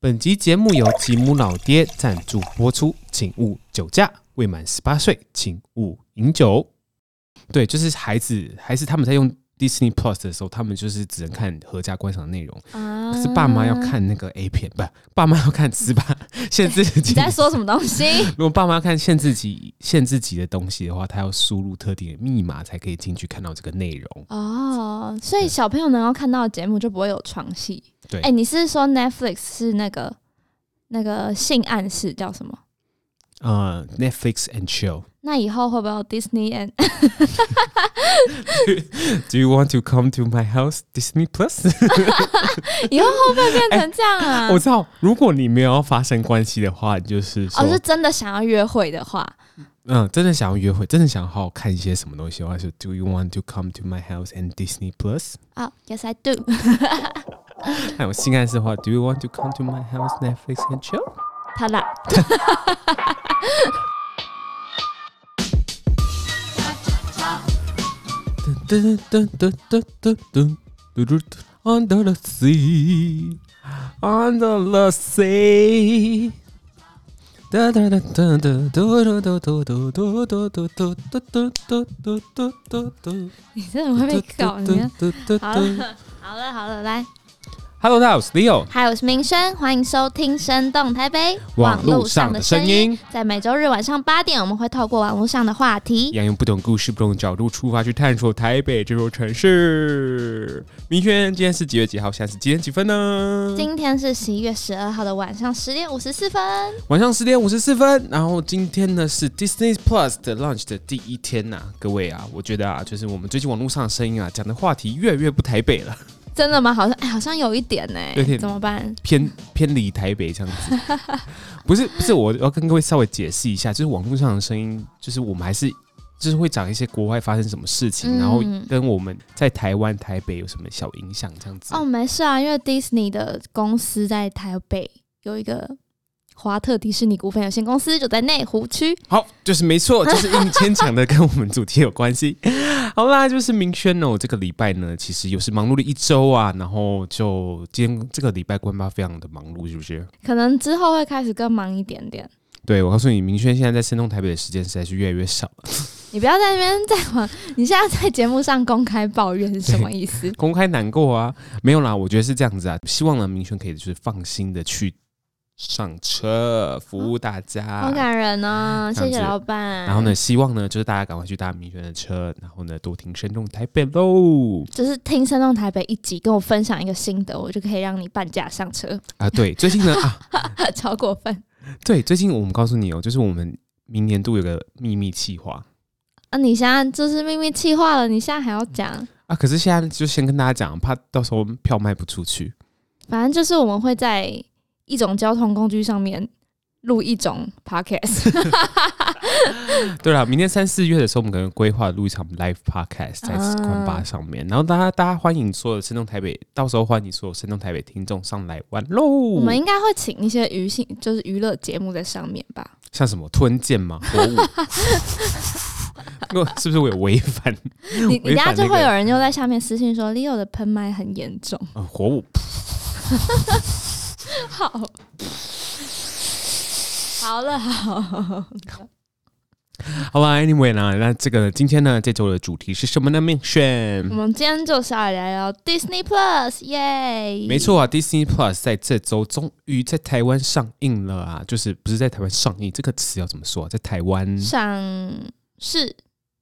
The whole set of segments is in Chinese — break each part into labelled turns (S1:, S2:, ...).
S1: 本集节目由吉姆老爹赞助播出，请勿酒驾，未满十八岁请勿饮酒。对，就是孩子，还是他们在用 Disney Plus 的时候，他们就是只能看合家观赏内容，
S2: 啊
S1: 可是爸妈要看 那个 A 片，不，爸妈要看十 八限制级
S2: 你。在说什么东西？
S1: 如果爸妈看限制级限制级的东西的话，他要输入特定的密码才可以进去看到这个内容。
S2: 哦，所以小朋友能够看到的节目就不会有床戏。
S1: 对
S2: 哎、你是说 Netflix 是那个那个性暗示叫什么？
S1: 呃，Netflix and chill。
S2: 那以后会不会有 Disney and
S1: Do you want to come to my house, Disney Plus？
S2: 以后会不会变成这样啊？
S1: 我知道，如果你没有要发生关系的话，你就是说，
S2: 哦，是真的想要约会的话，
S1: 嗯，真的想要约会，真的想好好看一些什么东西的话，是 Do you want to come to my house and Disney Plus？
S2: 哦、y e s I do。
S1: 还有性暗示的话，Do you want to come to my house, Netflix and chill？
S2: 他啦。
S1: 噔噔噔噔噔噔噔噔，Under the sea, Under the sea。哒哒哒哒哒嘟嘟嘟嘟嘟嘟嘟嘟嘟嘟嘟嘟嘟嘟嘟嘟。
S2: 你真的会被搞？你看好了，好了，好了，来，
S1: Hello，大家好，我是 Leo。
S2: 嗨，我是明轩，欢迎收听《生动台北》
S1: 网络上的声音，
S2: 在每周日晚上八点，我们会透过网络上的话
S1: 一
S2: 题。
S1: 样用不同故事、不同角度出发去探索台北这座城市。明轩，今天是几月几号？现在是几点几分呢？
S2: 今天是十一月十二号的晚上十点五十四分，
S1: 晚上十点五十四分。然后今天呢是 Disney Plus 的 launch 的第一天呐、各位啊，我觉得啊，就是我们最近网络上的声音啊，讲的话题越来越不台北了，
S2: 真的吗？好像哎，好像有一点呢、
S1: 有点
S2: 怎么办？
S1: 偏偏离台北这样子。 不是不是，我要跟各位稍微解释一下，就是网络上的声音，就是我们还是。就是会讲一些国外发生什么事情，
S2: 嗯
S1: 然后跟我们在台湾台北有什么小影响这样子。
S2: 哦，没事啊，因为 Disney 的公司在台北有一个华特迪士尼股份有限公司，就在内湖区。
S1: 好，就是没错，就是硬牵强的跟我们主题有关系。 好啦，就是明轩呢，我这个礼拜呢，其实又是忙碌了一周啊，然后就今天这个礼拜关巴非常的忙碌，是不是？
S2: 可能之后会开始更忙一点点。
S1: 对，我告诉你，明轩现在在深东台北的时间实在是越来越少了。
S2: 你不要在那边再往，你现在在节目上公开抱怨是什么意思？
S1: 公开难过啊，没有啦，我觉得是这样子啊，希望呢明轩可以就是放心的去上车，服务大家。
S2: 好感人呢、
S1: 啊这样
S2: 谢
S1: 子
S2: 谢老板。
S1: 然后呢，，希望呢就是大家赶快去搭明轩的车，然后呢多听深动台北喽。
S2: 就是听《生动台北》一集，跟我分享一个心得，我就可以让你半价上车，
S1: 啊，对，最近呢啊。
S2: 超过分。
S1: 对，最近我们告诉你哦，就是我们明年度有个秘密计划
S2: 啊，你现在就是秘密气化了，你现在还要讲？
S1: 啊，可是现在就先跟大家讲，怕到时候票卖不出去。
S2: 反正就是我们会在一种交通工具上面录一种 podcast，
S1: 对了，明年三四月的时候，我们可能规划录一场 live podcast 在
S2: 啊
S1: 官吧上面，然后大家大家欢迎所有的深动台北，到时候欢迎所有深动台北听众上来玩喽。
S2: 我们应该会请一些娱性，就是娱乐节目在上面 吧。
S1: 像什么吞剑吗？火 舞？那是不是我有违反？
S2: 你
S1: 违
S2: 你等下
S1: 反
S2: 就
S1: 那
S2: 会
S1: 个
S2: 有人又在下面私信说 Leo 的喷麦很严 重，
S1: 呃，火舞
S2: 好，好了好，
S1: 好啦 a n y w a y 呢，那这个今天呢，这周的主题是什么呢？命选
S2: 我。们今天就是要来聊聊 Disney Plus，耶！
S1: 没，错啊，Disney Plus 在这周终于在台湾上映了啊！就是不是在台湾上映这个词要怎么说啊、在台
S2: 嗯
S1: 湾
S2: 上市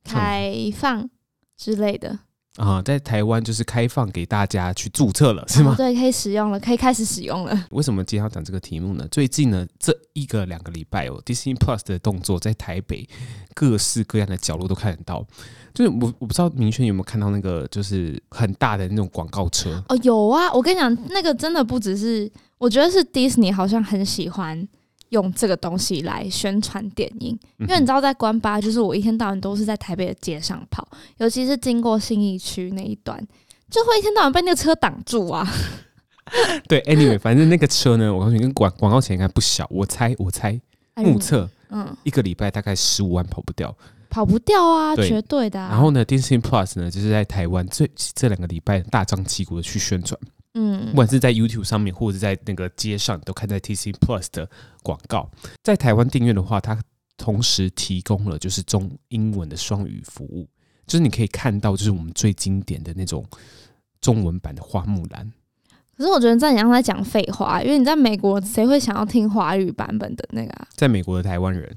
S2: 开放之类的
S1: 啊、在台湾就是开放给大家去注册了，是吗？
S2: 哦对，可以使用了，可以开始使用了。
S1: 为什么今天要讲这个题目呢？最近呢，这一个两个礼拜哦，Disney Plus 的动作在台北各式各样的角落都看得到。就是我我不知道明轩有没有看到那个就是很大的那种广告车，
S2: 哦，有啊，我跟你讲，那个真的不只是，我觉得是 Disney 好像很喜欢用这个东西来宣传电影，
S1: 嗯
S2: 因为你知道在关八，就是我一天到晚都是在台北的街上跑，尤其是经过信义区那一段，就会一天到晚被那个车挡住啊。
S1: 对，anyway，反正那个车呢，我告诉你，跟广广告钱应该不小，我猜我猜
S2: 哎
S1: 目，测。
S2: 嗯，
S1: 一个礼拜大概十五万跑不掉。
S2: 跑不掉啊，
S1: 对
S2: 绝对的、啊。
S1: 然后呢，Disney Plus 呢，就是在台湾最这两个礼拜大张旗鼓的去宣传。
S2: 嗯
S1: 不，管是在 YouTube 上面，或者是在那个街上，你都看在 TC Plus 的广告。在台湾订阅的话，它同时提供了就是中英文的双语服务，就是你可以看到就是我们最经典的那种中文版的花木兰。
S2: 可是我觉得这你像在讲废话，因为你在美国谁会想要听华语版本的那个、啊？
S1: 在美国的台湾人，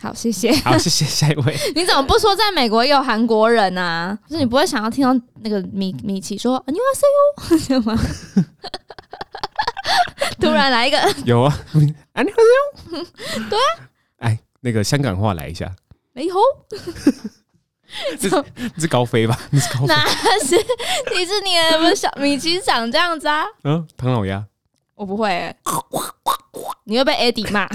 S2: 好，谢谢。
S1: 好，谢谢下一 位。
S2: 你怎么不说在美国也有韩国人啊？就是你不会想要听到那个米米奇说你哇 塞 哟，是吗？突然来一个，
S1: 有 啊，安利好用。对啊，哎，那个香港话来一下，
S2: 哎呦，
S1: 你是高飞吧？你是高飞？
S2: 哪是迪士尼的？不是小米奇长这样子啊？
S1: 嗯，唐老鸭。
S2: 我不会欸、你会被 Eddie 骂。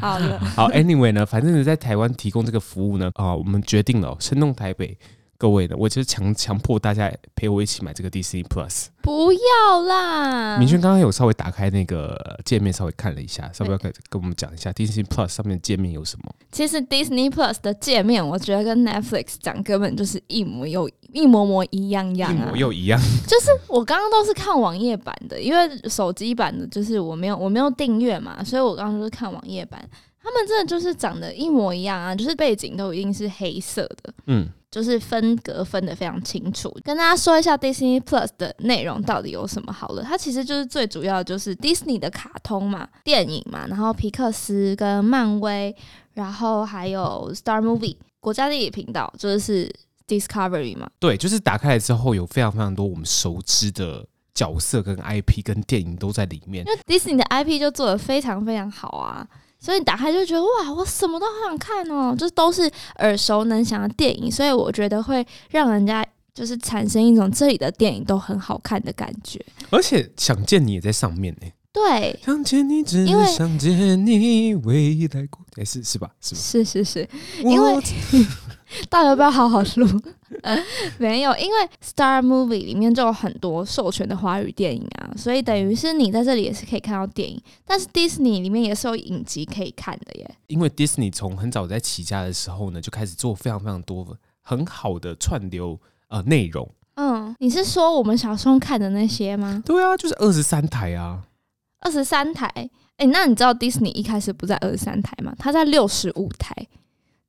S2: 好了，
S1: 好，anyway 呢，反正呢，在台湾提供这个服务呢，啊、我们决定了哦，生动台北。各位呢，我就是强强迫大家陪我一起买这个 DC Plus。
S2: 不要啦！
S1: 明轩刚刚有稍微打开那个界面，稍微看了一下，稍微要跟跟我们讲一下 DC Plus 上面界面有什么。
S2: 其实 Disney Plus 的界面，我觉得跟 Netflix 讲根本就是一模又一模模一样样、
S1: 一
S2: 啊，
S1: 模又一样，
S2: 就是我刚刚都是看网页版的，因为手机版的就是我没有我没有订阅嘛，所以我刚刚就是看网页版。他们真的就是长得一模一样啊，就是背景都一定是黑色的，
S1: 嗯，
S2: 就是分隔分得非常清楚。跟大家说一下 Disney Plus 的内容到底有什么好了，它其实就是最主要就是 Disney 的卡通嘛、电影嘛，然后皮克斯跟漫威，然后还有 Star Movie 国家地理频道，就是 Discovery 嘛，
S1: 对，就是打开来之后有非常非常多我们熟知的角色跟 IP 跟电影都在里面。
S2: 因为迪士尼的 IP 就做的非常非常好啊，所以你打开就觉得哇，我什么都好想看哦，就都是耳熟能详的电影，所以我觉得会让人家就是产生一种这里的电影都很好看的感觉。
S1: 而且想见你也在上面呢、
S2: 对，
S1: 想见你，只
S2: 因为
S1: 想见你，未来过，哎、是是吧？是吧？
S2: 是是是，因为
S1: 我
S2: 到底要不要好好录？没有，因为 Star Movie 里面就有很多授权的华语电影啊，所以等于是你在这里也是可以看到电影，但是 Disney 里面也是有影集可以看的耶。
S1: 因为 Disney 从很早在起家的时候呢，就开始做非常非常多很好的串流呃内容。
S2: 嗯，你是说我们小时候看的那些吗？
S1: 对啊，就是二十三台啊，
S2: 二十三台。哎、那你知道 Disney 一开始不在二十三台吗？它在六十五台，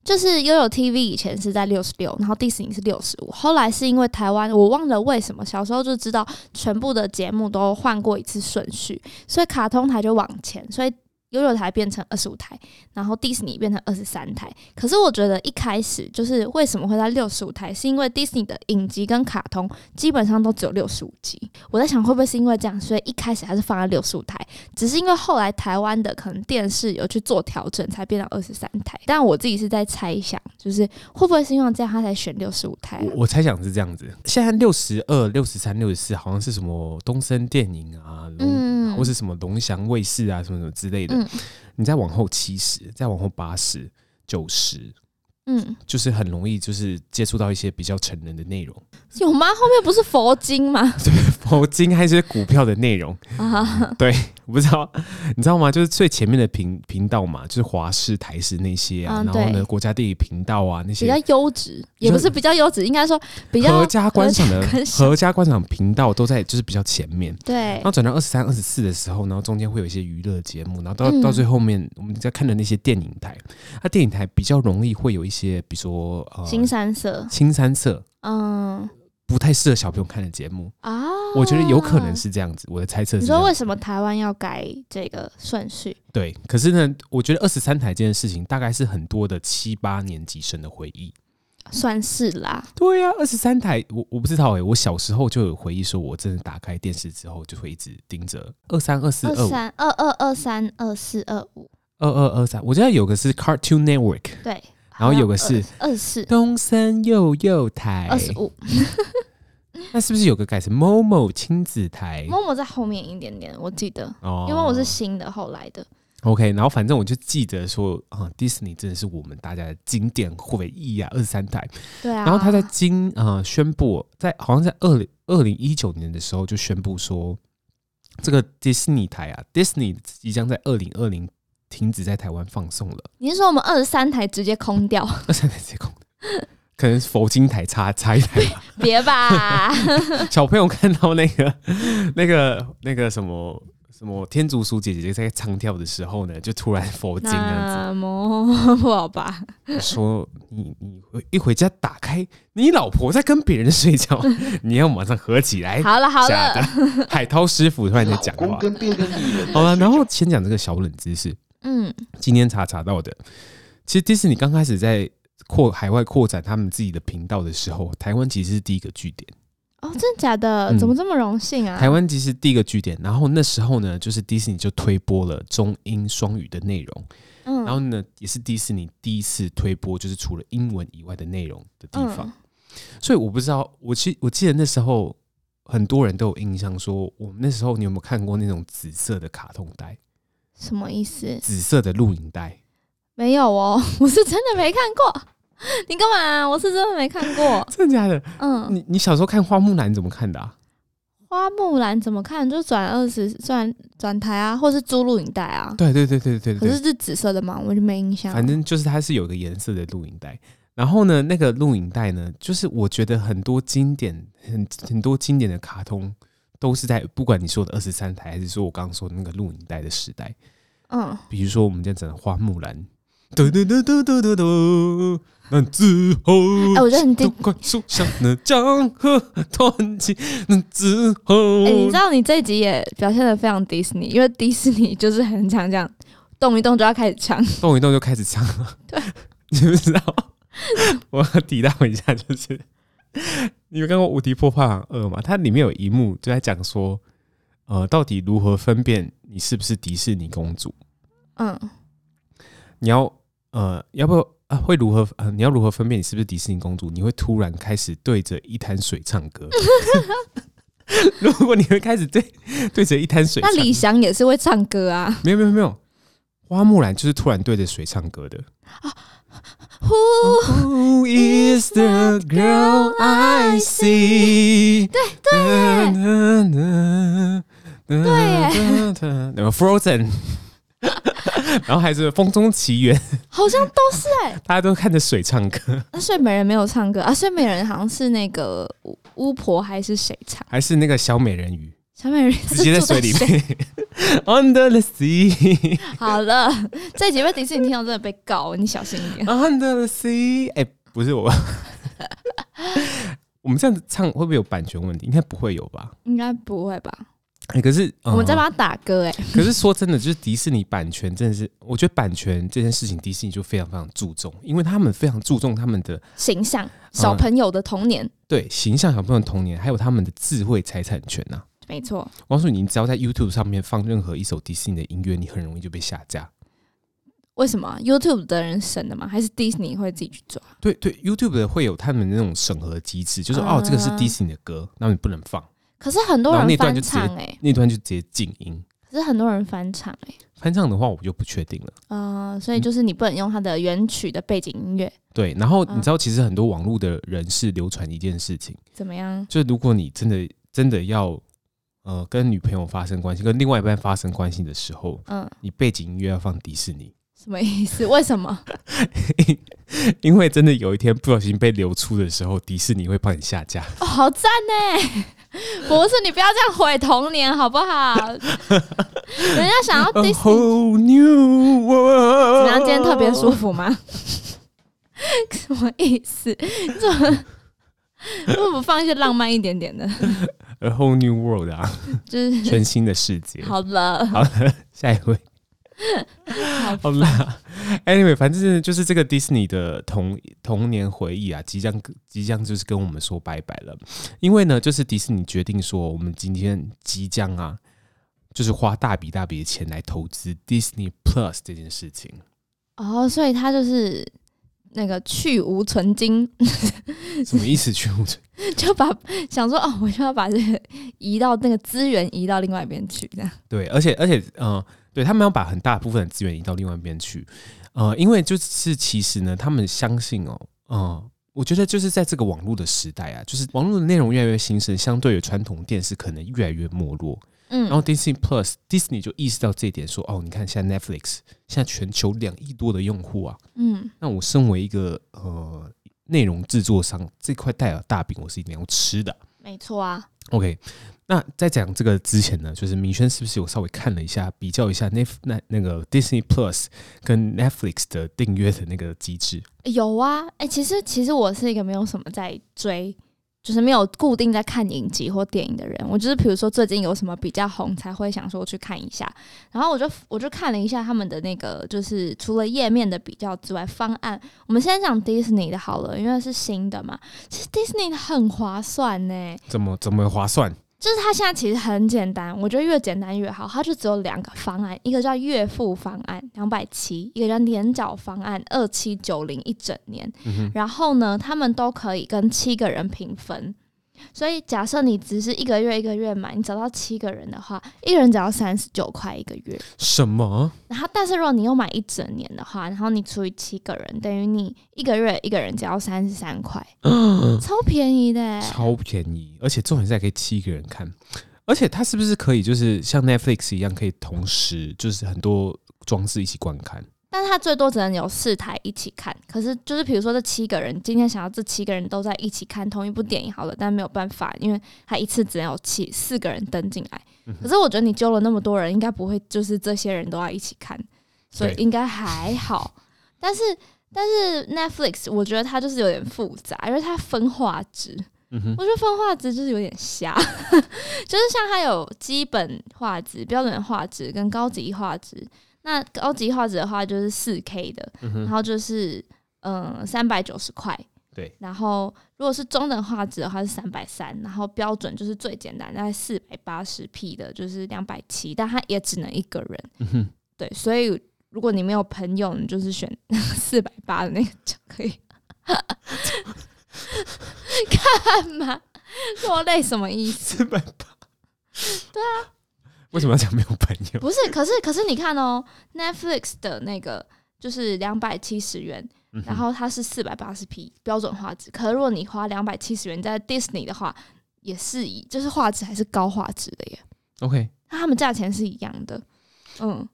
S2: 就是悠悠 TV 以前是在六十六，然后 Disney 是六十五。后来是因为台湾，我忘了为什么，小时候就知道全部的节目都换过一次顺序，所以卡通台就往前，所以悠悠台变成二十五台，然后 Disney 变成二十三台。可是我觉得一开始就是为什么会在六十五台，是因为 Disney 的影集跟卡通基本上都只有六十五集。我在想会不会是因为这样，所以一开始还是放在六十五台，只是因为后来台湾的可能电视有去做调整，才变到二十三台。但我自己是在猜想，就是会不会是因为这样他才选六十五台啊、
S1: 我我猜想是这样子。现在六十二、六十三、六十四，好像是什么东森电影啊，龙、
S2: 嗯
S1: 或是什么龙翔卫视啊，什么什么之类的。
S2: 嗯
S1: 你再往后七十，再往后八十、九十，
S2: 嗯，
S1: 就是很容易就是接触到一些比较成人的内容，
S2: 有吗？后面不是佛经吗？
S1: 佛经还有一些股票的内容。
S2: 啊，
S1: 我不知道，你知道吗？就是最前面的频频道嘛，就是华视、台视那些啊，
S2: 嗯
S1: 然后呢，
S2: 对
S1: 国家地理频道啊那
S2: 比较
S1: 些，
S2: 优质，也不是比较优质，应该说比较
S1: 合家观赏的
S2: 合家观赏
S1: 合家观赏频道都在就是比较前面。
S2: 对
S1: 然后转到二十三、二十四的时候，然后中间会有一些娱乐节目，然后到、
S2: 嗯
S1: 到最后面，我们在看的那些电影台，它电影台比较容易会有一些，比如说呃，
S2: 新三色，
S1: 青山色
S2: 嗯
S1: 不太适合小朋友看的节目，
S2: 啊，
S1: 我觉得有可能是这样子，我的猜测
S2: 你
S1: 是这样
S2: 说
S1: 子。
S2: 为什么台湾要改这个顺序？
S1: 对，可是呢，我觉得二十三台这件事情大概是很多的七八年级生的回忆。
S2: 算是啦，
S1: 对呀、啊，二十三台，我我不知道哎、我小时候就有回忆说，我真的打开电视之后就会一直盯着二三、二四、
S2: 二
S1: 二五、
S2: 三二二二三二四二五，
S1: 二二、二三。我记得有个是 Cartoon Network，
S2: 对。
S1: 然后有个是
S2: 二四
S1: 东森幼幼台，
S2: 二十。五，
S1: 那是不是有个改成 Momo 亲子台？
S2: 默默在后面一点点，我记得，
S1: 哦
S2: 哦因为我是新的后来的，
S1: OK，然后反正我就记得说啊、迪士尼真的是我们大家的经典回忆啊，二十三台。
S2: 对啊。
S1: 然后他在今呃宣布，在好像在二零二零一九年的时候就宣布说，这个迪士尼台啊，Disney 即将在二零二零停止在台湾放送了，
S2: 你是说我们二十三台直接空掉？
S1: 二三台直接空。可能佛经台插插一台吧。
S2: 别吧，
S1: 小朋友看到那个、 那个、那个什么什么天竺鼠姐姐在唱跳的时候呢，就突然佛经这样
S2: 那么 不好吧？
S1: 子说：“你你回一回家打开，你老婆在跟别人睡觉，你要马上合起来。”
S2: 好了好
S1: 吓
S2: 了，
S1: 哎的海涛师傅突然在
S3: 老
S1: 讲
S3: 公
S1: 话。
S3: 跟变更艺人，
S1: 好了，然后先讲这个小冷知识。
S2: 嗯，
S1: 今天查查到的，其实迪士尼刚开始在扩海外扩展他们自己的频道的时候，台湾其实是第一个据点。
S2: 哦，真的假的？
S1: 嗯
S2: 怎么这么荣幸啊？
S1: 台湾其实是第一个据点，然后那时候呢，就是迪士尼就推播了中英双语的内容，
S2: 嗯，
S1: 然后呢，也是迪士尼第一次推播就是除了英文以外的内容的地方。
S2: 嗯
S1: 所以我不知道，我记我记得那时候很多人都有印象说，我们那时候你有没有看过那种紫色的卡通带、
S2: 什么意思？
S1: 紫色的录影带？
S2: 没有哦， 我是真的没看过。你干嘛、我是真的没看 过。
S1: 真的假的？
S2: 嗯，
S1: 你你小时候看花木兰怎么看的、啊？
S2: 花木兰怎么看？就转二十转转台啊，或是租录影带啊。
S1: 对对对对对
S2: 可
S1: 对
S2: 是是紫色的嘛，我就没印象。
S1: 反正就是它是有一个颜色的录影带。然后呢，那个录影带呢，就是我觉得很多经典、很很多经典的卡通都是在不管你说的二十三台，还是说我刚刚说的那个录影带的时代，
S2: 嗯，
S1: 比如说我们今天讲的花木兰，嘟嘟嘟嘟嘟嘟嘟，那之后，
S2: 哎、我觉得很
S1: 都
S2: 定。
S1: 快树上的江河湍急，那之后，
S2: 哎、你知道你这一集也表现的非常迪士尼，因为迪士尼就是很常这样，动一动就要开始唱。
S1: 动一动就开始唱了。
S2: 对，
S1: 你不知道，我要提到一下，就是你有看过《无敌破坏王二》吗？它里面有一幕就在讲说，呃，到底如何分辨你是不是迪士尼公主？
S2: 嗯，
S1: 你要呃，要不啊？会如何？呃，你要如何分辨你是不是迪士尼公主？你会突然开始对着一滩水唱歌。如果你会开始对对着一滩水唱
S2: 那
S1: 歌，
S2: 李翔也是会唱歌啊。
S1: 没有没有没有，花木兰就是突然对着水唱歌的。
S2: 呼，
S1: Who is the girl I see？对
S2: 耶
S1: 对对，那个 Frozen，然后还是《风中奇缘》，
S2: 好像都是哎、
S1: 大家都看着水唱歌，
S2: 那睡美人没有唱歌啊？睡美人好像是那个巫巫婆还是谁唱？
S1: 还是那个小美人鱼
S2: 小美人
S1: 直接在
S2: 是住
S1: 水里。面 ，Under the sea。
S2: 好了，这几位迪士尼听到真的被告，你小心一 点。
S1: Under the sea，哎、不是我， 我们这样子唱会不会有版权问题？应该不会有吧？
S2: 应该不会吧？
S1: 哎、可是、
S2: 我们在
S1: 吧。
S2: 帮他打歌哎、
S1: 可是说真的，就是迪士尼版权真的是，我觉得版权这件事情，迪士尼就非常非常注重，因为他们非常注重他们的
S2: 形
S1: 嗯
S2: 象小朋友的童年，
S1: 对形象、小朋友的童年，还有他们的智慧财产权呐、
S2: 没错。
S1: 我告诉你，你只要在 YouTube 上面放任何一首迪士尼的音乐，你很容易就被下架。
S2: 为什么 YouTube 的人审的吗？还是迪士尼会自己去抓？
S1: 对对，YouTube 的会有他们那种审核机制，就是、哦，这个
S2: 嗯
S1: 是迪士尼的歌，那你不能放，
S2: 可是很多
S1: 然后那
S2: 人
S1: 段就
S2: 翻
S1: 直接
S2: 唱哎、
S1: 那段就直接静音。
S2: 可是很多人翻唱哎、
S1: 翻唱的话，我就不确定了。
S2: 啊、所以就是你不能用它的原曲的背景音乐，
S1: 对，然后
S2: 嗯
S1: 你知道，其实很多网络的人士流传一件事情。
S2: 怎么样？
S1: 就如果你真的真的要呃跟女朋友发生关系，跟另外一半发生关系的时候，
S2: 嗯，
S1: 你背景音乐要放迪士尼，
S2: 什么意思？ 为什么？
S1: 因为真的有一天不小心被流出的时候，迪士尼会帮你下架。
S2: 哦，好赞呢！ 不是你不要这样毁童年好不好？ 人家 想要
S1: A
S2: 迪士尼，
S1: whole new
S2: 哦怎
S1: world。
S2: 么样？今天特别舒。服吗？ 什么意思？ 你怎么？为什么不放一些浪漫一点点的？
S1: A whole new world 啊，
S2: 就是
S1: 全新的世界。
S2: 好了，
S1: 好了，下一位。好啦，Anyway，反正就是这个迪士尼的童童年回忆啊，即将即将就是跟我们说拜拜了。因为呢，就是迪士尼决定说，我们今天即将啊，就是花大笔大笔的钱来投资 Disney Plus 这件事情。
S2: 哦，所以他就是那个去无存精，
S1: 什么意思？去无存
S2: 就把想说哦，我就要把这个 移到那个资源移到另外一边去，这样。
S1: 对，而且而且，嗯、对他们要把很大部分的资源移到另外一边去，呃，因为就是其实呢，他们相信哦，嗯、我觉得就是在这个网络的时代啊，就是网络的内容越来越兴盛，相对于传统电视可能越来越没落。
S2: 嗯
S1: 然后 Disney Plus Disney 就意识到这一点，说哦，你看现在 Netflix 现在全球两亿多的用户啊，
S2: 嗯
S1: 那我身为一个呃内容制作商这块戴尔大饼，我是一定要吃的。
S2: 没错啊，
S1: OK，那在讲这个之前呢，就是明轩是不是有稍微看了一下，比较一下那那那个 Disney Plus 跟 Netflix 的订阅的那个机制？
S2: 有啊，哎、其实其实我是一个没有什么在追，就是没有固定在看影集或电影的人。我就是比如说最近有什么比较红，才会想说去看一下。然后我就我就看了一下他们的那个，就是除了页面的比较之外，方案。我们先讲 Disney 的好了，因为是新的嘛。其实 Disney 的很划算呢、
S1: 怎么怎么划算？
S2: 就是它现在其实很简单，我觉得越简单越好。它就只有两个方案，一个叫月付方案两百七，一个叫年缴方案二七九零一整年。
S1: 嗯
S2: 然后呢，他们都可以跟七个人平分。所以假设你只是一个月一个月买，你找到七个人的话，一人只要三十九块一个月。
S1: 哼，什么？
S2: 然后，但是如果你又买一整年的话，然后你除以七个人，等于你一个月一个人只要三十三块，超便宜的欸。
S1: 超便宜，而且重点是还可以七个人看，而且它是不是可以就是像 Netflix 一样，可以同时就是很多装置一起观看？
S2: 但是它最多只能有四台一起看。可是就是比如说这七个人今天想要这七个人都在一起看同一部电影好了，但没有办法，因为它一次只能有七四个人登进来。可是我觉得你揪了那么多人，应该不会就是这些人都要一起看，所以
S1: 对
S2: 应该还好。但是但是 Netflix 我觉得它就是有点复杂，因为它分画质。
S1: 嗯哼，
S2: 我觉得分画质就是有点瞎， 就是像它有基本画质、标准画质跟高级画质。那高级画质的话就是四 K 的，
S1: 嗯
S2: 然
S1: 哼，
S2: 后就是嗯三百九十块。
S1: 对，
S2: 然后如果是中等画质的话是三百三，然后标准就是最简单，大概四百八十 P 的，就是两百七，但它也只能一个人。
S1: 嗯 哼，
S2: 对，所以如果你没有朋友，你就是选 四百八的那个就可以。 干嘛？落泪什么意思？
S1: 四百八，对啊，为什么要讲没有朋友？
S2: 不是，可是可是你看哦，Netflix 的那个就是两百七十元，
S1: 嗯哼
S2: 然后它是四百八十 P 标准画质。可是如果你花两百七十元在 Disney 的话，也是以就是画质还是高画质的耶，
S1: OK，
S2: 那他们价钱是一样的。嗯，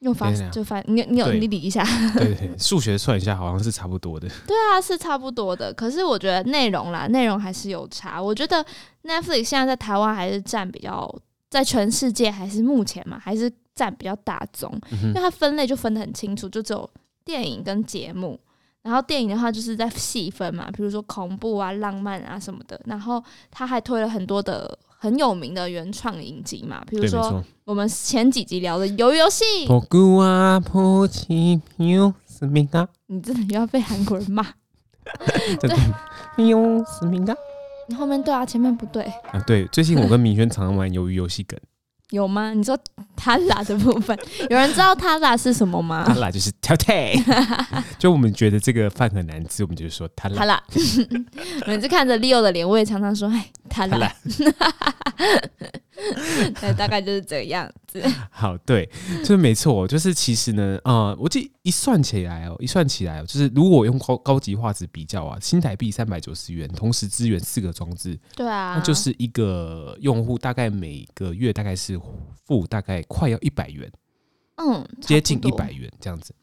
S2: 用法
S1: 等一下
S2: 就反你你有
S1: 对
S2: 你理一下。
S1: 对对对，数学算一下好像是差不多的。
S2: 对啊，是差不多的。可是我觉得内容啦，内容还是有差。我觉得 Netflix 现在在台湾还是占比较，在全世界还是目前嘛，还是占比较大宗，
S1: 嗯
S2: 因为
S1: 哼，
S2: 它分类就分得很清楚，就只有电影跟节目。然后电影的话就是在细分嘛，比如说恐怖啊、浪漫啊什么的。然后它还推了很多的很有名的原创影集嘛，
S1: 对，
S2: 比如
S1: 没
S2: 说
S1: 错。
S2: 我们前几集聊的《鱿鱼游戏》，
S1: 破鼓啊，破起喵，斯明嘎，
S2: 你真的又要被韩国人骂。
S1: 啊 对，喵，斯明嘎。
S2: 你后面对啊，前面不对。
S1: 啊，对，最近我跟明轩常常玩鱿鱼游戏 梗，
S2: 有吗？你说塔拉的部分， 有人知道塔拉是什么吗
S1: 他？啦就是跳跳， 就我们觉得这个饭很难吃，我们就说他
S2: 塔
S1: 啦。
S2: 拉， 每次看着 Leo 的脸，我也常常说：“哎，塔
S1: 塔
S2: 拉
S1: 拉。”
S2: 对，大概就是这样。
S1: 好，对，就是没错，就是其实呢，啊，我记一算起来哦，一算起来哦，就是如果我用高高级画质比较啊，新台币三百九十元，同时支援四个装置，
S2: 对啊，
S1: 那就是一个用户大概每个月大概是付大概快要一百元，
S2: 嗯，
S1: 接近
S2: 差
S1: 一
S2: 不多
S1: 百。元这样子。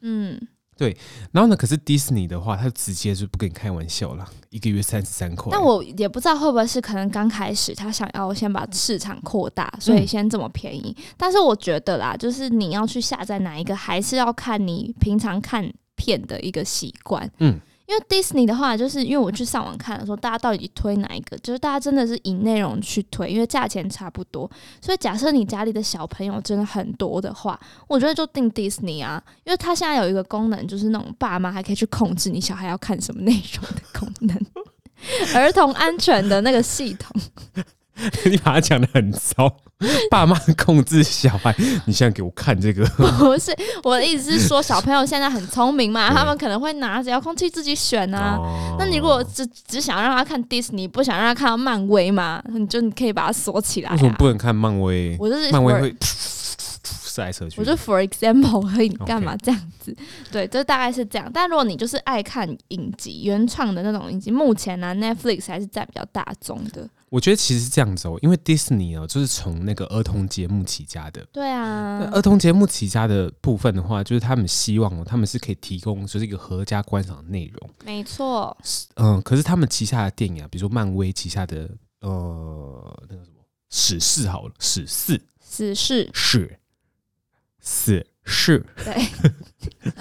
S2: 嗯，
S1: 然后呢，可是迪士尼的话，它直接就不跟你开玩笑了，一个月三十三块。
S2: 但我也不知道会不会是可能刚开始他想要先把市场扩大，所以
S1: 嗯
S2: 先这么便宜。但是我觉得啦，就是你要去下载哪一个，还是要看你平常看片的一个习惯。
S1: 嗯，
S2: 因为 Disney 的话，就是因为我去上网看的时候，大家到底推哪一个，就是大家真的是以内容去推，因为价钱差不多。所以假设你家里的小朋友真的很多的话，我觉得就订 Disney 啊，因为它现在有一个功能，就是那种爸妈还可以去控制你小孩要看什么内容的功能。儿童安全的那个系 统，
S1: 你把它讲的很 糟，爸妈控制小孩，你现在给我看这个，
S2: 不是我的意思是说，小朋友现在很聪明嘛，
S1: 对
S2: 他们可能会拿着遥控器自己选啊。
S1: 哦
S2: 那你如果只只想让他看 Disney，不想让他看到漫威嘛，你就你可以把它锁起来
S1: 为什么
S2: 啊。
S1: 不能看漫威？
S2: 我就是
S1: 漫威
S2: 我
S1: 会是来扯去
S2: 我。就 for example 可以
S1: OK
S2: 干嘛这样子对，这大概是这样。但如果你就是爱看影集原创的那种影集，目前呢、Netflix 还是占比较大众的。
S1: 我觉得其实是这样子哦，因为 Disney 哦，就是从那个儿童节目起家的。
S2: 对啊
S1: 那，儿童节目起家的部分的话，就是他们希望哦，他们是可以提供就是一个合家观赏的内容。
S2: 没错，
S1: 嗯，可是他们旗下的电影啊，比如说漫威旗下的呃那个什么史四好了，史四
S2: 死侍
S1: 是死是
S2: 对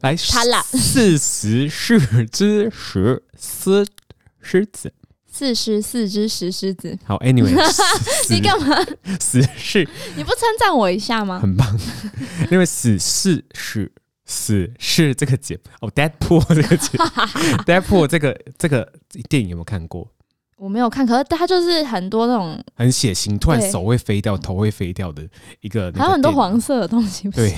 S1: 来
S2: 他啦
S1: 四十是之十狮狮子。
S2: 四十四只石狮子，
S1: 好，anyway，
S2: 你干嘛？
S1: 死是
S2: 你不称赞我一下吗？
S1: 很 棒，因为死是是死是这个节哦，Deadpool 这个节，Deadpool 这个这个电影有没有看过？
S2: 我没有看，可是它就是很多那种，
S1: 很血腥，突然
S2: 对
S1: 手会飞掉，头会飞掉的一个，
S2: 还有很多黄。色的东西。不是
S1: 对，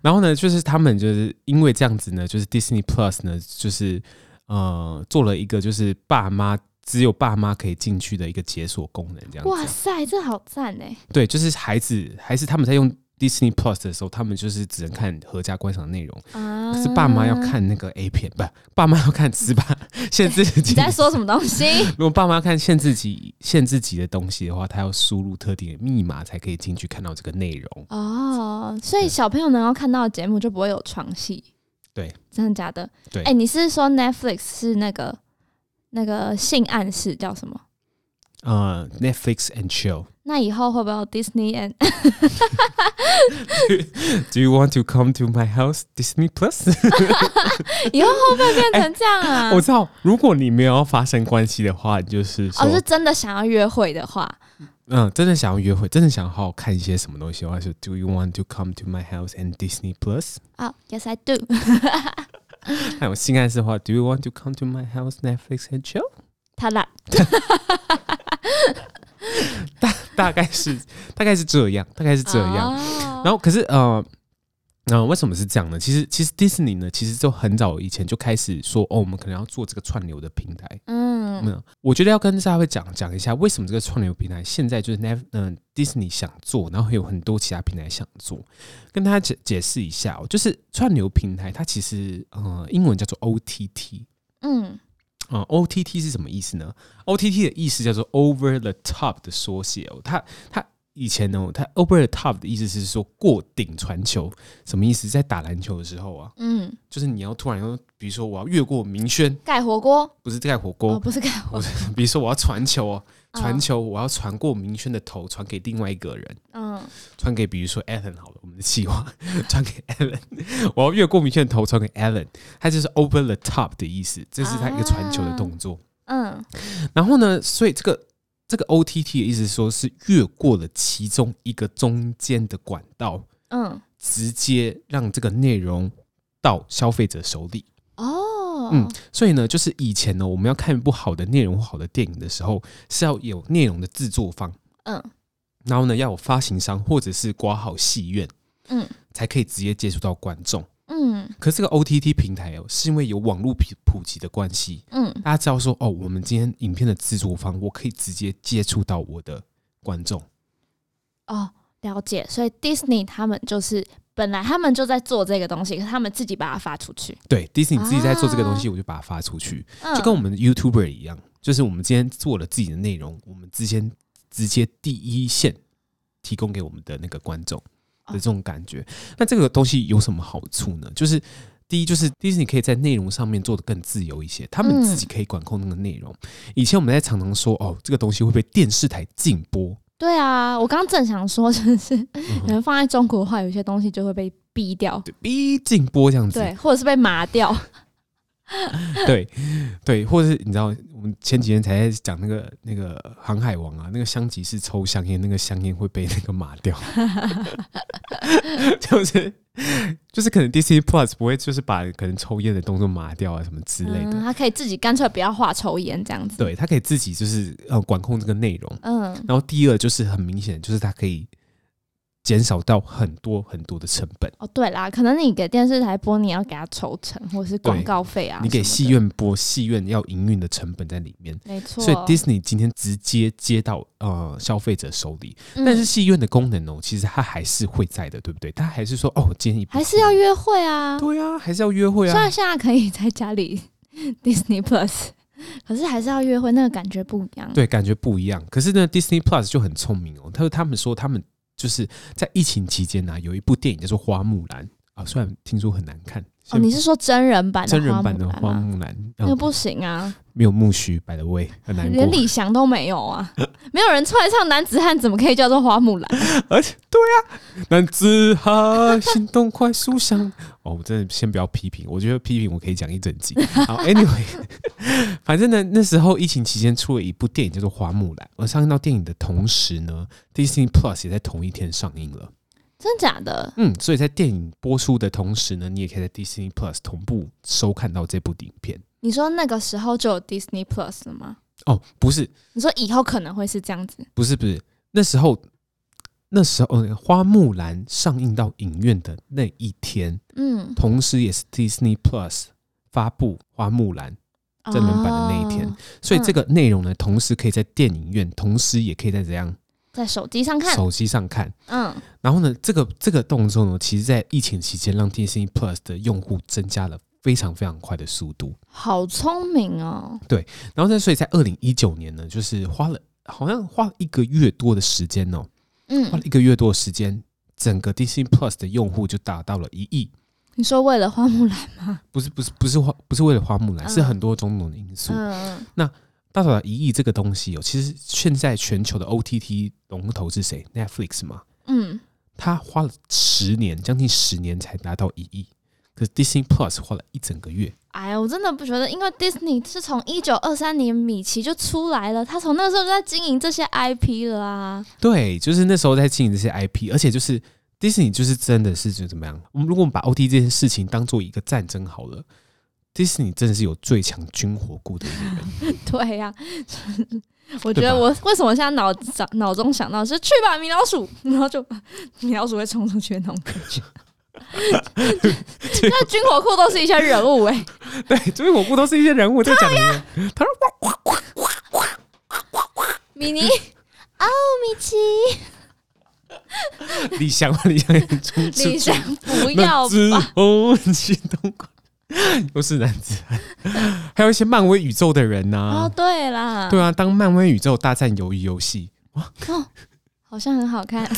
S1: 然后呢，就是他们就是因为这样子呢，就是 Disney Plus 呢，就是呃做了一个就是爸妈只有爸妈可以进去的一个解锁功能，这样子。
S2: 哇塞，这好赞哎！
S1: 对，就是孩子还是他们在用 Disney Plus 的时候，他们就是只能看合家观赏内容，
S2: 啊，
S1: 可是爸妈要看那个 A 片，不，爸妈要看十八 限制级
S2: 你。在说什么东 西？
S1: 如果爸妈看限制级、限制级的东西的话，他要输入特定的密码才可以进去看到这个内容。
S2: 哦，所以小朋友能够看到的节目就不会有床戏。
S1: 对，
S2: 真的假的？
S1: 对
S2: 哎、你是说 Netflix 是那个那个性暗示叫什么？啊
S1: 呃，Netflix and chill，Do
S2: 那以后会不会有 Disney and
S1: you want to come to my house Disney Plus？、
S2: 以后会不会变成这样啊？
S1: 哎 我知道，如果你没有要发生关系的话，你就是说，
S2: 哦，是真的想要约会的话，
S1: 嗯，真的想要约会，真的想好好看一些什么东西的话，就 Do you want to come to my house and Disney Plus？
S2: 啊、y e s I do，
S1: 还有性暗示的话，Do you want to come to my house Netflix and chill？
S2: 他啦，
S1: 大概是 大概是这样，大概是这样。
S2: 哦
S1: 然后可是呃，那、为什么是这样呢？其实其实迪士尼呢，其实就很早以前就开始说，哦，我们可能要做这个串流的平台。
S2: 嗯，
S1: 嗯，我觉得要跟大家会讲讲一下，为什么这个串流平台现在就是 Net 嗯、迪士尼想做，然后有很多其他平台想做，跟大家解解释一下、哦，就是串流平台它其实呃英文叫做 OTT
S2: 嗯，
S1: 啊、o t t 是什么意思呢？OTT 的意思叫做 Over the Top 的缩写哦，它它。以前呢，它 over the top 的意思是说过顶传球，什么意思？在打篮球的时候啊，
S2: 嗯，
S1: 就是你要突然要，比如说我要越过明轩，
S2: 盖火锅
S1: 不是盖火锅，
S2: 哦，不是盖火锅，
S1: 比如说我要传球哦，传
S2: 嗯
S1: 球，我要传过明轩的头，传给另外一个人，
S2: 嗯，
S1: 传给比如说 Allen 好了，我们的计划 传给 Allen，我 要越过明轩的头传给 Allen，它就是 over the top 的意思，这是它一个传球的动作。
S2: 嗯，
S1: 然后呢，所以这个这个 OTT 的意思是说是越过了其中一个中间的管道，
S2: 嗯，
S1: 直接让这个内容到消费者手里。
S2: 哦，
S1: 嗯，所以呢，就是以前呢，我们要看一部好的内容或好的电影的时候，是要有内容的制作方。
S2: 嗯，
S1: 然后呢，要有发行商或者是挂好戏院，
S2: 嗯，
S1: 才可以直接接触到观众。
S2: 嗯，
S1: 可是这个 OTT 平台哦，是因为有网络普普及的关系，
S2: 嗯，
S1: 大家知道说哦，我们今天影片的制作方，我可以直接接触到我的观众。
S2: 哦，了解。所以 Disney 他们就是本来他们就在做这个东西，可是他们自己把它发出去。
S1: 对，Disney 自己在做这个东西，
S2: 啊
S1: 我就把它发出去，
S2: 嗯，
S1: 就跟我们 YouTuber 一样，就是我们今天做了自己的内容，我们之前直接第一线提供给我们的那个观众的这种感
S2: 哦
S1: 觉。那这个东西有什么好处呢？就是第一，就是 Disney 可以在内容上面做的更自由一些，他们
S2: 嗯
S1: 自己可以管控那个内容。以前我们在常常说，哦，这个东西会被电视台禁播，
S2: 对啊，我刚刚正想说，就是
S1: 嗯
S2: 可能放在中国的话，有些东西就会被逼掉，
S1: 对，逼禁播这样子，
S2: 对，或者是被麻掉。
S1: 对对，或者是你知道，我们前几天才在讲那个那个航海王啊，那个香吉士抽香烟，那个香烟会被那个码 掉，就是就是可能 DC Plus 不会就是把可能抽烟的动作码掉啊什么之类的，
S2: 嗯，他可以自己干脆不要画抽烟这样子。，
S1: 对，它可以自己就是呃管控这个内容。
S2: 嗯
S1: 然后第二就是很明显，就是它可以减少到很多很多的成本。
S2: 哦，对啦，可能你给电视台播，你要给他抽成或是广
S1: 对
S2: 告费啊，
S1: 你给戏，院播，戏院要营运的成本在里面，
S2: 没错。
S1: 所以 Disney 今天直接接到呃消费者手里，
S2: 嗯
S1: 但是戏院的功能哦，其实它还是会在的，对不对？它还是说哦，今天一部
S2: 还是要约会啊。
S1: 对啊，还是要约会
S2: 虽然
S1: 啊，
S2: 现在可以在家里 Disney Plus，可 是还是要约会，那个感觉不一样。
S1: 对，感觉不一样。啊可是呢，Disney Plus 就很聪明哦，他他们说他们就是在疫情期间呢、有一部电影叫做《花木兰》啊，虽然听说很难看，
S2: 哦，你是说真人版的
S1: 真人版的
S2: 花
S1: 花
S2: 木兰吗？
S1: 木兰，
S2: 那个
S1: 嗯、
S2: 不行啊，
S1: 没有木须，by the way，很难过
S2: 连。李翔都没有啊， 没有人出来唱男子汉，怎么可以叫做花木兰？
S1: 而且对啊，男子汉行动快速想哦，我真的先不要批评，我觉得批评我可以讲一整集。好，anyway，反正呢，那时候疫情期间出了一部电影叫做《花木兰》，而上映到电影的同时呢，Disney Plus 也在同一天上映了。
S2: 真假的？
S1: 嗯，所以在电影播出的同时呢，你也可以在 Disney Plus 同步收看到这部影片。
S2: 你说那个时候就有 Disney Plus 了吗？
S1: 哦，不是，
S2: 你说以后可能会是这样子？
S1: 不是，不是，那时候。那时候，呃花木兰上映到影院的那一天，
S2: 嗯，
S1: 同时也是 Disney Plus 发布《花木兰》真人版的那一天，
S2: 哦
S1: 所以这个内容呢，同时可以在电影院，同时也可以在怎样
S2: 在手机上看，
S1: 手机上看。
S2: 嗯，
S1: 然后呢，这个这个动作呢，其实在疫情期间让 Disney Plus 的用户增加了非常非常快的速度。
S2: 好聪明哦。
S1: 然后呢，所以在二零一九年呢，就是花了好像花了一个月多的时间哦，花
S2: 嗯
S1: 了，一个月多的时间，整个 Disney Plus 的用户就达到了一亿。
S2: 你说为了花木兰，
S1: 不是不是不是花不是为了花木兰，是
S2: 嗯
S1: 很多种种的因素。
S2: 嗯，
S1: 大到一亿这个东西哦，其实现在全球的 OTT 龙头是谁？Netflix 嘛，
S2: 嗯，
S1: 它花了十年，将近十年才达到一亿，可是 Disney Plus 花了一整个月。
S2: 哎呀，我真的不觉得，因为 Disney 是从一九二三年米奇就出来了，他从那个时候就在经营这些 IP 了啊。
S1: 对，就是那时候在经营这些 IP，而且就是 Disney 就是真的是就怎么样？我们如果我们把 OTT 这件事情当做一个战争好了，Disney 真的是有最强军火库的一个人。
S2: 对呀、 我觉
S1: 对吧
S2: 得我为什么现在脑脑脑中想到是去吧米老鼠， 然后就米老鼠会冲出去的那种感 觉。那军火库都是一些人物哎、
S1: 对，军火库都是一些人物在讲的。他说
S2: 米妮， 哦，米奇，
S1: 李翔，李翔也出
S2: 李
S1: 出
S2: 翔
S1: 出
S2: 不
S1: 那
S2: 要吧
S1: 只红心动过，又是男子 汉，还有一些漫威宇宙的人呐、
S2: 哦，对啦，
S1: 啊对啊，当漫威宇宙大战鱿鱼游戏，
S2: 哦，好像很好看。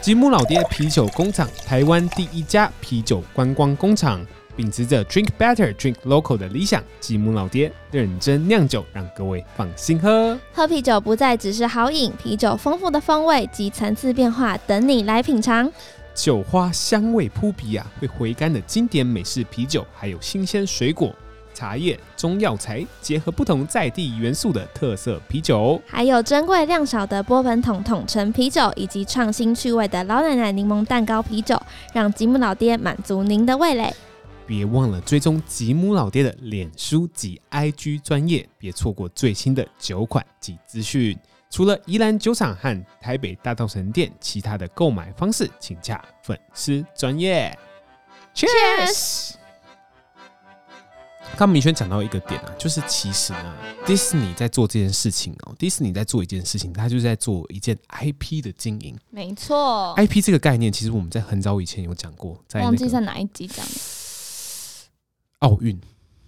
S1: 吉姆老爹啤酒工厂，台湾第一家啤酒观光工厂，秉持着 “drink better, drink local” 的理想，吉姆老爹认真酿酒，让各位放心喝。
S2: 喝啤酒不再只是好饮，啤酒丰富的风味及层次变化等你来品尝。
S1: 酒花香味扑鼻啊，会回甘的经典美式啤酒，还有新鲜水果、茶叶、中药材，结合不同在地元素的特色啤酒哦。
S2: 还有珍贵量少的波本桶桶陈啤酒，以及创新趣味的老奶奶柠檬蛋糕啤酒，让吉姆老爹满足您的味蕾。
S1: 别忘了追踪吉姆老爹的脸书及 IG 专业，别错过最新的酒款及资讯。除了宜兰酒厂和台北大稻城店，其他的购买方式请洽粉丝专业。Cheers！刚明轩讲到一个点啊，就是其实呢，Disney 在做这件事情哦，Disney 在做一件事情，它就是在做一件 IP 的经营。
S2: 没错，
S1: IP 这个概念，其实我们在很早以前有讲过，在那
S2: 哦忘记在
S1: 个
S2: 哪一集讲的。
S1: 奥运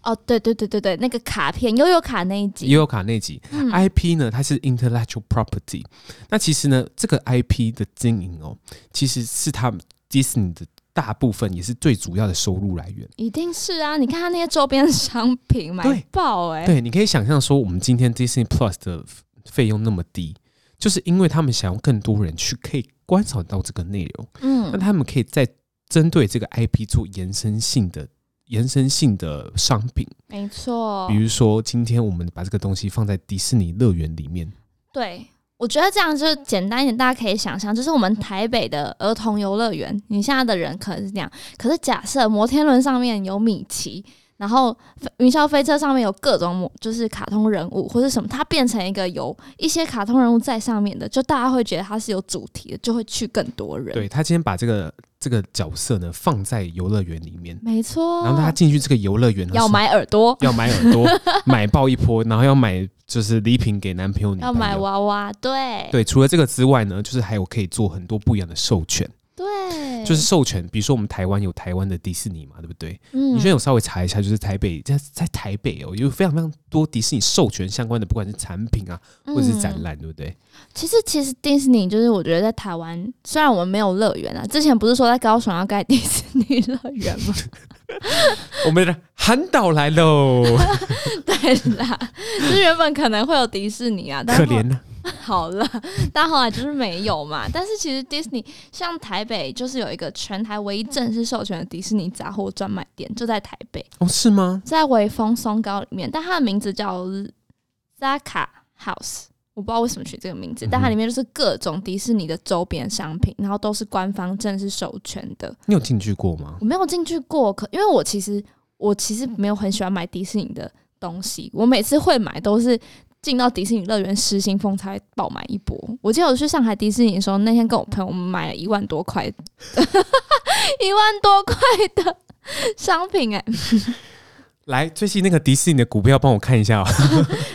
S2: 哦，对对对对对，那个卡片悠悠卡那一集，
S1: 也有卡那集，
S2: 嗯
S1: IP 呢，它是 intellectual property。那其实呢，这个 IP 的经营哦，其实是他们 Disney 的大部分，也是最主要的收入来源。
S2: 一定是啊！你看他那些周边商品买
S1: 对
S2: 爆哎、
S1: 对，你可以想象说，我们今天 Disney Plus 的费用那么低，就是因为他们想要更多人去可以观赏到这个内容，那
S2: 嗯，
S1: 他们可以再针对这个 IP 做延伸性的。延伸性的商品，
S2: 没错
S1: 比。如说，今天我们把这个东西放在迪士尼乐园里面，
S2: 对，我觉得这样就是简单一点，大家可以想象，就是我们台北的儿童游乐园，你现在的人可能是这样，可是假设摩天轮上面有米奇，然后飞云霄飞车上面有各种模就是卡通人物或是什么，它变成一个有一些卡通人物在上面的，就大家会觉得它是有主题的，就会去更多人。
S1: 对，他今天把这个这个角色呢放在游乐园里面，
S2: 没错。
S1: 然后他进去这个游乐园呢
S2: 哦要
S1: 是
S2: 买耳朵，
S1: 要买耳 朵，买爆一波，然后要买就是礼品给男朋友女
S2: 要
S1: 朋
S2: 买
S1: 友
S2: 娃娃，对
S1: 对，除了这个之外呢，就是还有可以做很多不一样的授权，
S2: 对，
S1: 就是授权，比如说我们台湾有台湾的迪士尼嘛，对不对？
S2: 嗯
S1: 你现在有稍微查一下，就是台北在在台北哦，有非常非常多迪士尼授权相关的，不管是产品啊，或者是展
S2: 嗯
S1: 览，对不对？
S2: 其实，其实迪士尼就是我觉得在台湾，虽然我们没有乐园啊，之前不是说在高雄要盖迪士尼乐园吗？
S1: 我们的韩导来喽，
S2: 对啦，就是原本可能会有迪士尼啊，但
S1: 可
S2: 是
S1: 怜呐、
S2: 好了， 但后来就是没有嘛。但是其实迪士尼像台北就是有一个全台唯一正式授权的迪士尼杂货专卖店，就在台北，
S1: 哦，是吗？
S2: 在微风松糕里面，但它的名字叫 Zaka House。我不知道为什么取这个名字，但它里面就是各种迪士尼的周边商品，然后都是官方正式授权的。
S1: 你有进去过吗？
S2: 我没有进去过，可因为我其实我其实没有很喜欢买迪士尼的东西，我每次会买都是进到迪士尼乐园失心疯才会爆买一波。我记得我去上海迪士尼的时候，那天跟我朋友我们买了一万多块， 一万多块的商品、哎，
S1: 来，最近那个迪士尼的股票帮我看一下、哦，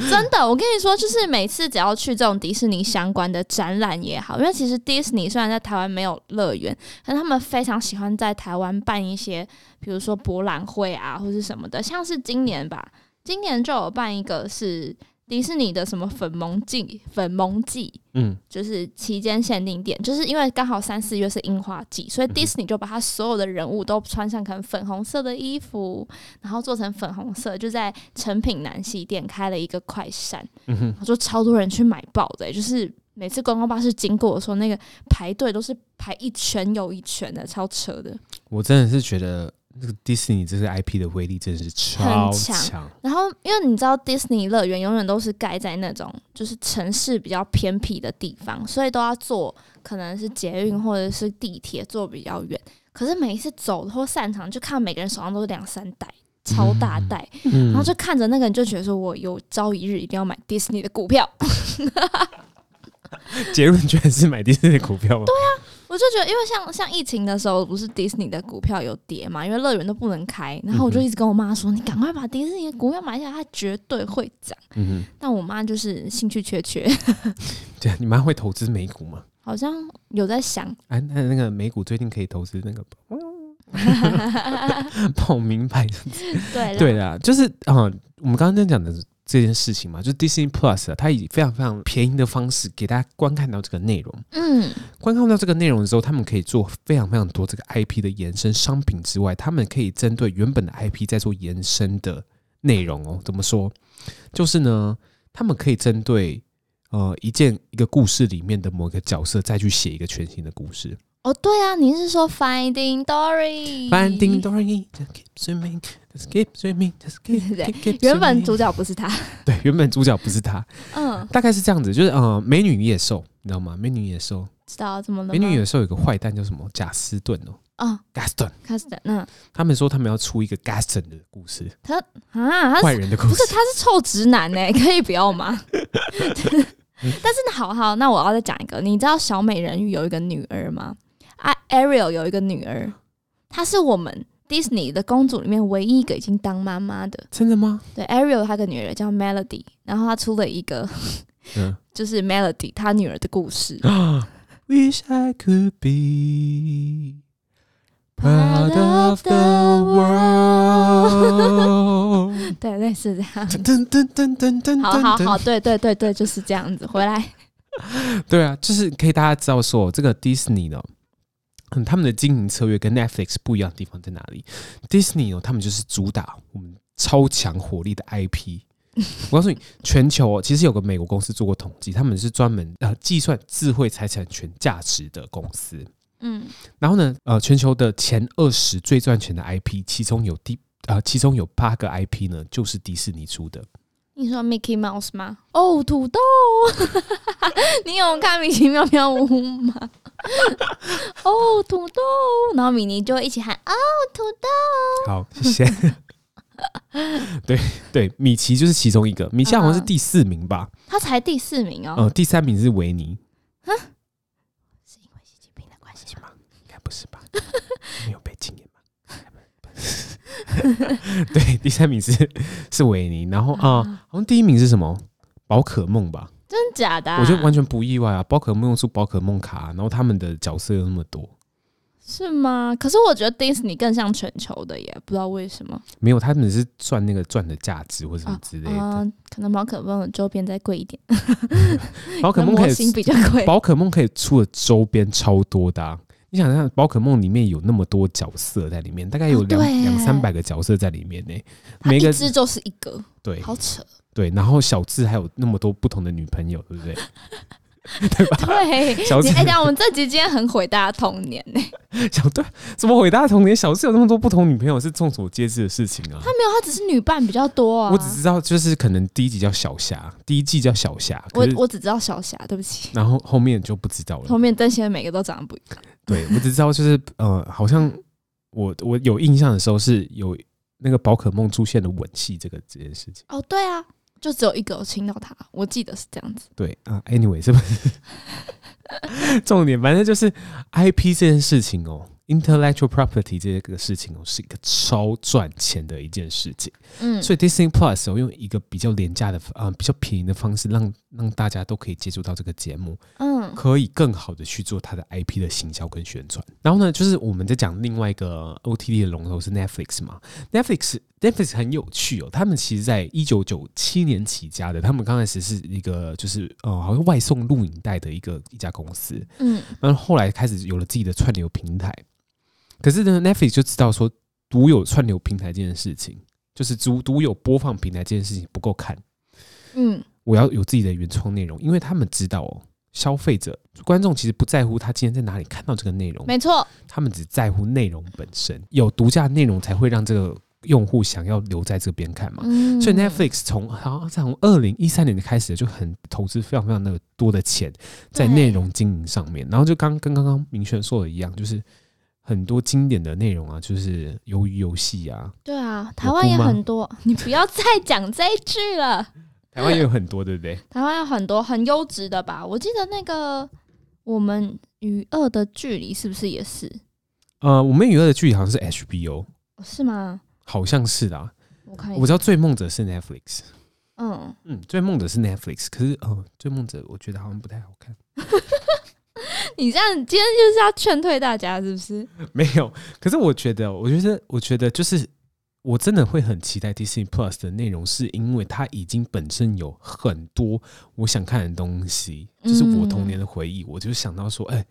S2: 真的，我跟你说，就是每次只要去这种迪士尼相关的展览也好，因为其实迪士尼虽然在台湾没有乐园，但他们非常喜欢在台湾办一些，比如说博览会啊，或是什么的。像是今年吧，今年就有办一个是迪士尼的什么粉萌季，粉萌季
S1: 嗯，
S2: 就是期间限定店，就是因为刚好三四月是樱花季，所以
S1: 嗯哼
S2: Disney 就把他所有的人物都穿上可能粉红色的衣服，然后做成粉红色，就在成品南西店开了一个快闪，
S1: 嗯哼
S2: 然后就超多人去买爆的、欸就是每次观光巴士经过的时候，那个排队都是排一圈又一圈的，超扯的。
S1: 我真的是觉得那个迪士尼这个 IP 的威力真的是超
S2: 很强
S1: 强，
S2: 然后，因为你知道迪士尼乐园永远都是盖在那种就是城市比较偏僻的地方，所以都要坐可能是捷运或者是地铁坐比较远。可是每一次走或散场，就看到每个人手上都是两三袋，超大袋，
S1: 嗯
S2: 然后就看着那个人就觉得说，我有朝一日一定要买迪士尼的股票。
S1: 结论居然是买迪士尼的股票吗？
S2: 我就觉得，因为像像疫情的时候，不是迪士尼的股票有跌嘛，因为乐园都不能开，然后我就
S1: 嗯哼
S2: 一直跟我妈说，你赶快把迪士尼的股票买下来，它绝对会涨。
S1: 嗯
S2: 但我妈就是兴趣缺缺。
S1: 哼，对，啊你们会投资美股吗？
S2: 好像有 在想，
S1: 哎、那那个美股最近可以投资那个， 报明 白
S2: 对啦
S1: 对啦，就是啊、嗯我们刚刚在讲的这件事情嘛，就 Disney Plus 啊，它以非常非常便宜的方式给大家观看到这个内容。
S2: 嗯，
S1: 观看到这个内容之后，他们可以做非常非常多这个 IP 的延伸商品之外，他们可以针对原本的 IP 再做延伸的内容哦。怎么说？就是呢，他们可以针对呃一件一个故事里面的某一个角色，再去写一个全新的故事。
S2: 哦，对啊，您是说 Finding Dory？
S1: Finding Dory, just keep swimming, just keep swimming, just keep,
S2: 对
S1: keep, keep
S2: 原本
S1: swimming
S2: 主角不是他，
S1: 对原本主角不是他，
S2: 嗯，
S1: 大概是这样子，就是呃，美女与野兽，你知道吗？美女与野兽，
S2: 知道怎么了吗？
S1: 美女与野兽有个坏蛋叫什么？贾斯顿哦
S2: 啊，
S1: ，Gaston。
S2: 开始的，嗯
S1: 他们说他们要出一个 Gaston 的故事，
S2: 啊，他
S1: 坏
S2: 是
S1: 人的故
S2: 不是
S1: 事。
S2: 他是臭直男呢、 可以不要吗？但是好好，那我要再讲一个，你知道小美人鱼有一个女儿吗？啊，Ariel 有一个女儿，她是我们 Disney 的公主里面唯一一个已经当妈妈的。
S1: 真的吗？
S2: 对，Ariel 她的女儿叫 Melody，然后她出了一个
S1: 嗯
S2: 就是 Melody 她女儿的故事。
S1: 啊，Wish I could be
S2: Part
S1: proud of
S2: of
S1: the
S2: the
S1: world。
S2: 对，类似这样。
S1: 噔噔噔噔噔噔
S2: 好好好，
S1: 噔，
S2: 对对对对，就是这样子。回来，
S1: 对啊，就是可以大家知道说，这个 Disney 呢，嗯，他们的经营策略跟 Netflix 不一样的地方在哪里？Disney 哦，他们就是主打我们超强火力的 IP。我告诉你， 全球哦，其实有个美国公司做过统计，他们是专门呃计算智慧财产权价值的公司。
S2: 嗯，
S1: 然后呢，呃，全球的前二十最赚钱的 IP，其中有第呃，其中有八个 IP 呢，就是迪士尼出的。
S2: 你说 Mickey Mouse 吗？哦，土豆， 你有看米奇妙妙屋吗？ 哦，土豆，然后米妮就会一起喊哦，土豆。
S1: 好，谢谢。 对对，米奇就是其中一个，米奇好像是
S2: 嗯
S1: 第四名吧，
S2: 他才第四名哦，
S1: 呃，第三名是维尼，
S2: 是因为习近平的关系吗？
S1: 应该不是吧？没有被禁言吧？对，第三名是是维尼，然后啊、
S2: 啊
S1: 好像第一名是什么？宝可梦吧，
S2: 真的假的啊、
S1: 我觉得完全不意外啊！宝可梦出宝可梦卡，然后他们的角色有那么多，
S2: 是吗？可是我觉得 Disney 更像全球的耶，不知道为什么。
S1: 没有他们是赚那个赚的价值或什么之类
S2: 嗯、
S1: 的。
S2: 可能宝可梦的周边再贵一点，
S1: 宝、可梦
S2: 模
S1: 可以
S2: 型比较贵。
S1: 宝可梦可以出的周边超多的、啊。你想想，宝可梦里面有那么多角色在里面，大概有
S2: 哦
S1: 两
S2: 对耶
S1: 两、三百个角色在里面呢、
S2: 它
S1: 每
S2: 一
S1: 个
S2: 只就是一个，
S1: 对
S2: 好扯。
S1: 对，然后小智还有那么多不同的女朋友，对不 对？对吧？
S2: 对，
S1: 小智
S2: 你哎，讲、我们这集今天很毁大家童年欸呢、
S1: 小对，怎么回答童年？小智有那么多不同女朋友是众所皆知的事情啊。
S2: 没有，它只是女伴比较多啊。
S1: 我只知道，就是可能第一集叫小霞，第一季叫小霞，可
S2: 我
S1: 是
S2: 我只知道小霞，对不起。
S1: 然后后面就不知道了。
S2: 后面但现在每个都长得不一样。
S1: 对，我只知道就是呃，好像我我有印象的时候是有那个宝可梦出现了吻戏这个这件事情。
S2: 哦，对啊，就只有一个我亲到它，我记得是这样子。
S1: 对啊、a n y w a y 是不是？重点反正就是 IP 这件事情哦，intellectual property 这个事情哦，是一个超赚钱的一件事情。
S2: 嗯，
S1: 所以 Disney Plus 我、用一个比较廉价的啊、比较便宜的方式让，让大家都可以接触到这个节目，
S2: 嗯，
S1: 可以更好的去做它的 IP 的行销跟宣传。然后呢，就是我们在讲另外一个 OTT 的龙头是 Netflix 嘛，Netflix Netflix 很有趣哦，他们其实在一九九七年起家的，他们刚开始是一个就是呃好像外送录影带的一个一家公司，
S2: 嗯，
S1: 然后后来开始有了自己的串流平台。可是呢，Netflix 就知道说，独有串流平台这件事情，就是独独有播放平台这件事情不够看，
S2: 嗯，
S1: 我要有自己的原创内容，因为他们知道哦，消费者观众其实不在乎他今天在哪里看到这个内容，
S2: 没错，
S1: 他们只在乎内容本身，有独家内容才会让这个用户想要留在这边看嘛。
S2: 嗯，
S1: 所以 Netflix 从好像从二零一三年开始就很投资非常非常的多的钱在
S2: 对
S1: 内容经营上面，然后就刚跟刚刚明轩说的一样，就是很多经典的内容啊，就是鱿鱼游戏啊，
S2: 对啊，
S1: 有
S2: 台湾
S1: 哭
S2: 也
S1: 吗
S2: 很多，你不要再讲这一句了。
S1: 台湾也有很多，对不 对？
S2: 台湾有很多很优质的吧？我记得那个我们与恶的距离是不是也是？
S1: 呃，我们娱乐的剧好像是 HBO，
S2: 哦是吗？
S1: 好像是的、啊，
S2: 我看
S1: 我
S2: 一
S1: 知
S2: 下，
S1: 道《追梦者》是 Netflix，
S2: 嗯，
S1: 嗯，《追梦者》是 Netflix，可是呃，《追梦者》我觉得好像不太好看，
S2: 你这样今天就是要劝退大家，是 不是？
S1: 没有。可是我觉得，我觉得，我觉得就是。我真的会很期待 Disney Plus 的内容，是因为它已经本身有很多我想看的东西，
S2: 嗯
S1: 就是我童年的回忆。我就想到说，哎、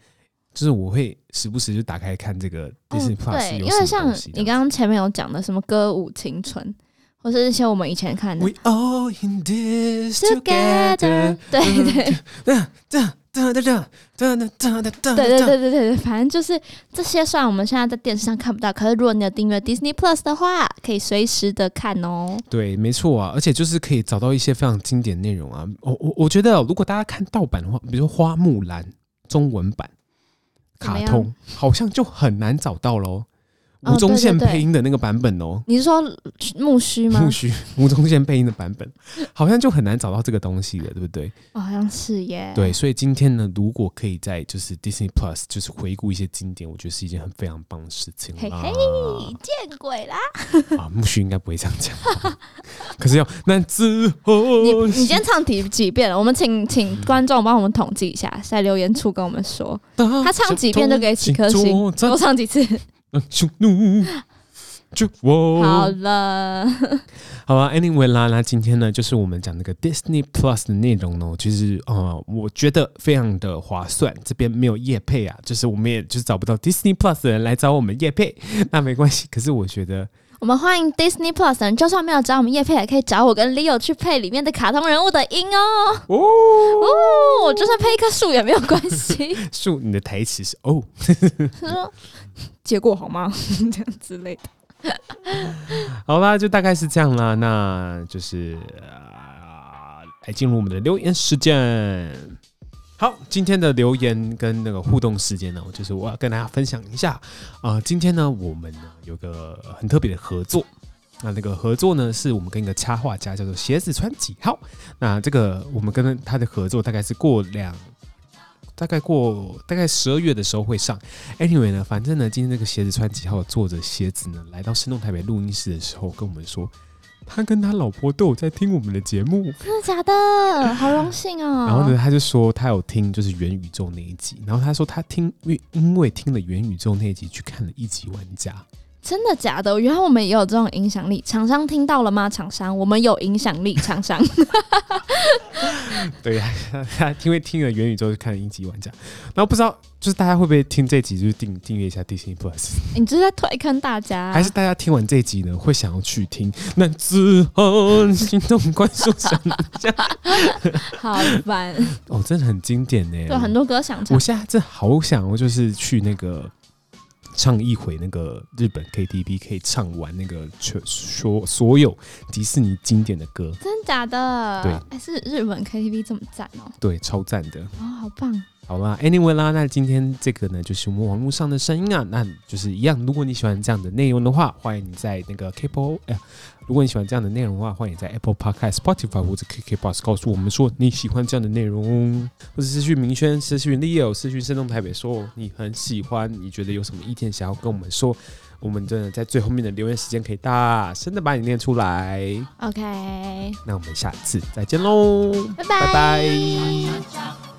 S1: 就是我会时不时就打开看这个 Disney
S2: 哦、
S1: Plus
S2: 对，
S1: 有
S2: 因
S1: 什么
S2: 为像
S1: 东西这
S2: 你
S1: 样
S2: 刚刚前面有讲的什么歌舞青春，或是一些我们以前看的
S1: ，We all in this together
S2: Together，。对 对对
S1: 哒哒哒哒哒哒哒哒
S2: 对对对对对，反正就是这些，虽然我们现在在电视上看不到，可是如果你有订阅 Disney Plus 的话，可以随时的看哦。
S1: 对，没错啊，而且就是可以找到一些非常经典内容啊。我我我觉得哦、如果大家看盗版的话，比如说《花木兰》中文版
S2: 怎么
S1: 卡
S2: 样
S1: 通，好像就很难找到喽。
S2: 哦
S1: 吴宗宪
S2: 对对对
S1: 配音的那个版本哦，
S2: 你是说木须吗
S1: 木？须吴宗宪配音的版本，好像就很难找到这个东西了，对不对？
S2: 哦，好像是耶。
S1: 对，所以今天呢，如果可以在就是 Disney Plus 就是回顾一些经典，我觉得是一件很非常棒的事情
S2: 嘿
S1: 啦。
S2: 嘿，见鬼啦！
S1: 啊，木须应该不会这样讲， 可是要那之后，
S2: 你你今天唱几几遍了？我们请请观众帮我们统计一下，在留言处跟我们说
S1: 他
S2: 他唱几遍就给几颗星多唱几次。
S1: 匈 奴，就我
S2: 好了，
S1: 好啊，Anyway 啦，那今天呢，就是我们讲那个 Disney Plus 的内容呢，其实呃，我觉得非常的划算。这边没有业配啊，就是我们也就是找不到 Disney Plus 的人来找我们业配，那没关系。可是我觉得
S2: 我们欢迎 Disney Plus 的人，就算没有找我们叶配，也可以找我跟 Leo 去配里面的卡通人物的音哦。
S1: 哦，
S2: 哦，我就算配一棵树也没有关 系。
S1: 树你的台词是哦，
S2: 他说 结果好吗？ 这样之类的。
S1: 好啦，就大概是这样啦。那就是、呃、来进入我们的留言时间。好，今天的留言跟那个互动时间呢，我就是我要跟大家分享一下啊、呃今天呢，我们呢有个很特别的合作，那那个合作呢，是我们跟一个插画家叫做鞋子穿几号。那这个我们跟他的合作大概是过两，大概过大概十二月的时候会上。Anyway 呢，反正呢，今天这个鞋子穿几号的作者鞋子呢，来到生动台北录音室的时候跟我们说，他跟他老婆都有在听我们的节目。
S2: 真的假的？好荣幸哦！
S1: 然后呢，他就说他有听就是元宇宙那一集，然后他说他听因为因为听了元宇宙那一集去看了一级玩家，
S2: 真的假的？原来我们也有这种影响力，厂商听到了吗？厂商，我们有影响力，厂商。
S1: 对，他他因为听了元宇宙就看了一级玩家，然后不知道就是大家会不会听这集就是订订阅一下 Disney Plus，、
S2: 你这是在推坑大家、
S1: 还是大家听完这集呢会想要去听那之后心动观众 想
S2: 好烦？
S1: 哦，真的很经典呢。
S2: 对，很多歌想唱
S1: 我。现在真的好想要就是去那个唱一回那个日本 KTV，可以唱完那个全所所有迪士尼经典的歌，
S2: 真的假的？
S1: 对
S2: 哎，是日本 KTV 这么赞哦、
S1: 对，超赞的。
S2: 哦，好棒！
S1: 好啦，Anyway 啦，那今天这个呢，就是我们网络上的声音啊，那就是一样。如果你喜欢这样的内容的话，欢迎你在那个 k p o 哎、如果你喜欢这样的内容的话，欢迎在 Apple Podcast、Spotify 或者 KKBox 告诉我们说你喜欢这样的内容，或者是去明轩、私讯 Leo、私讯生动台北说你很喜欢，你觉得有什么意见想要跟我们说，我们真的在最后面的留言时间可以大声的把你念出来。
S2: OK，
S1: 那我们下次再见喽，
S2: 拜拜
S1: 拜拜。
S3: Cha-cha,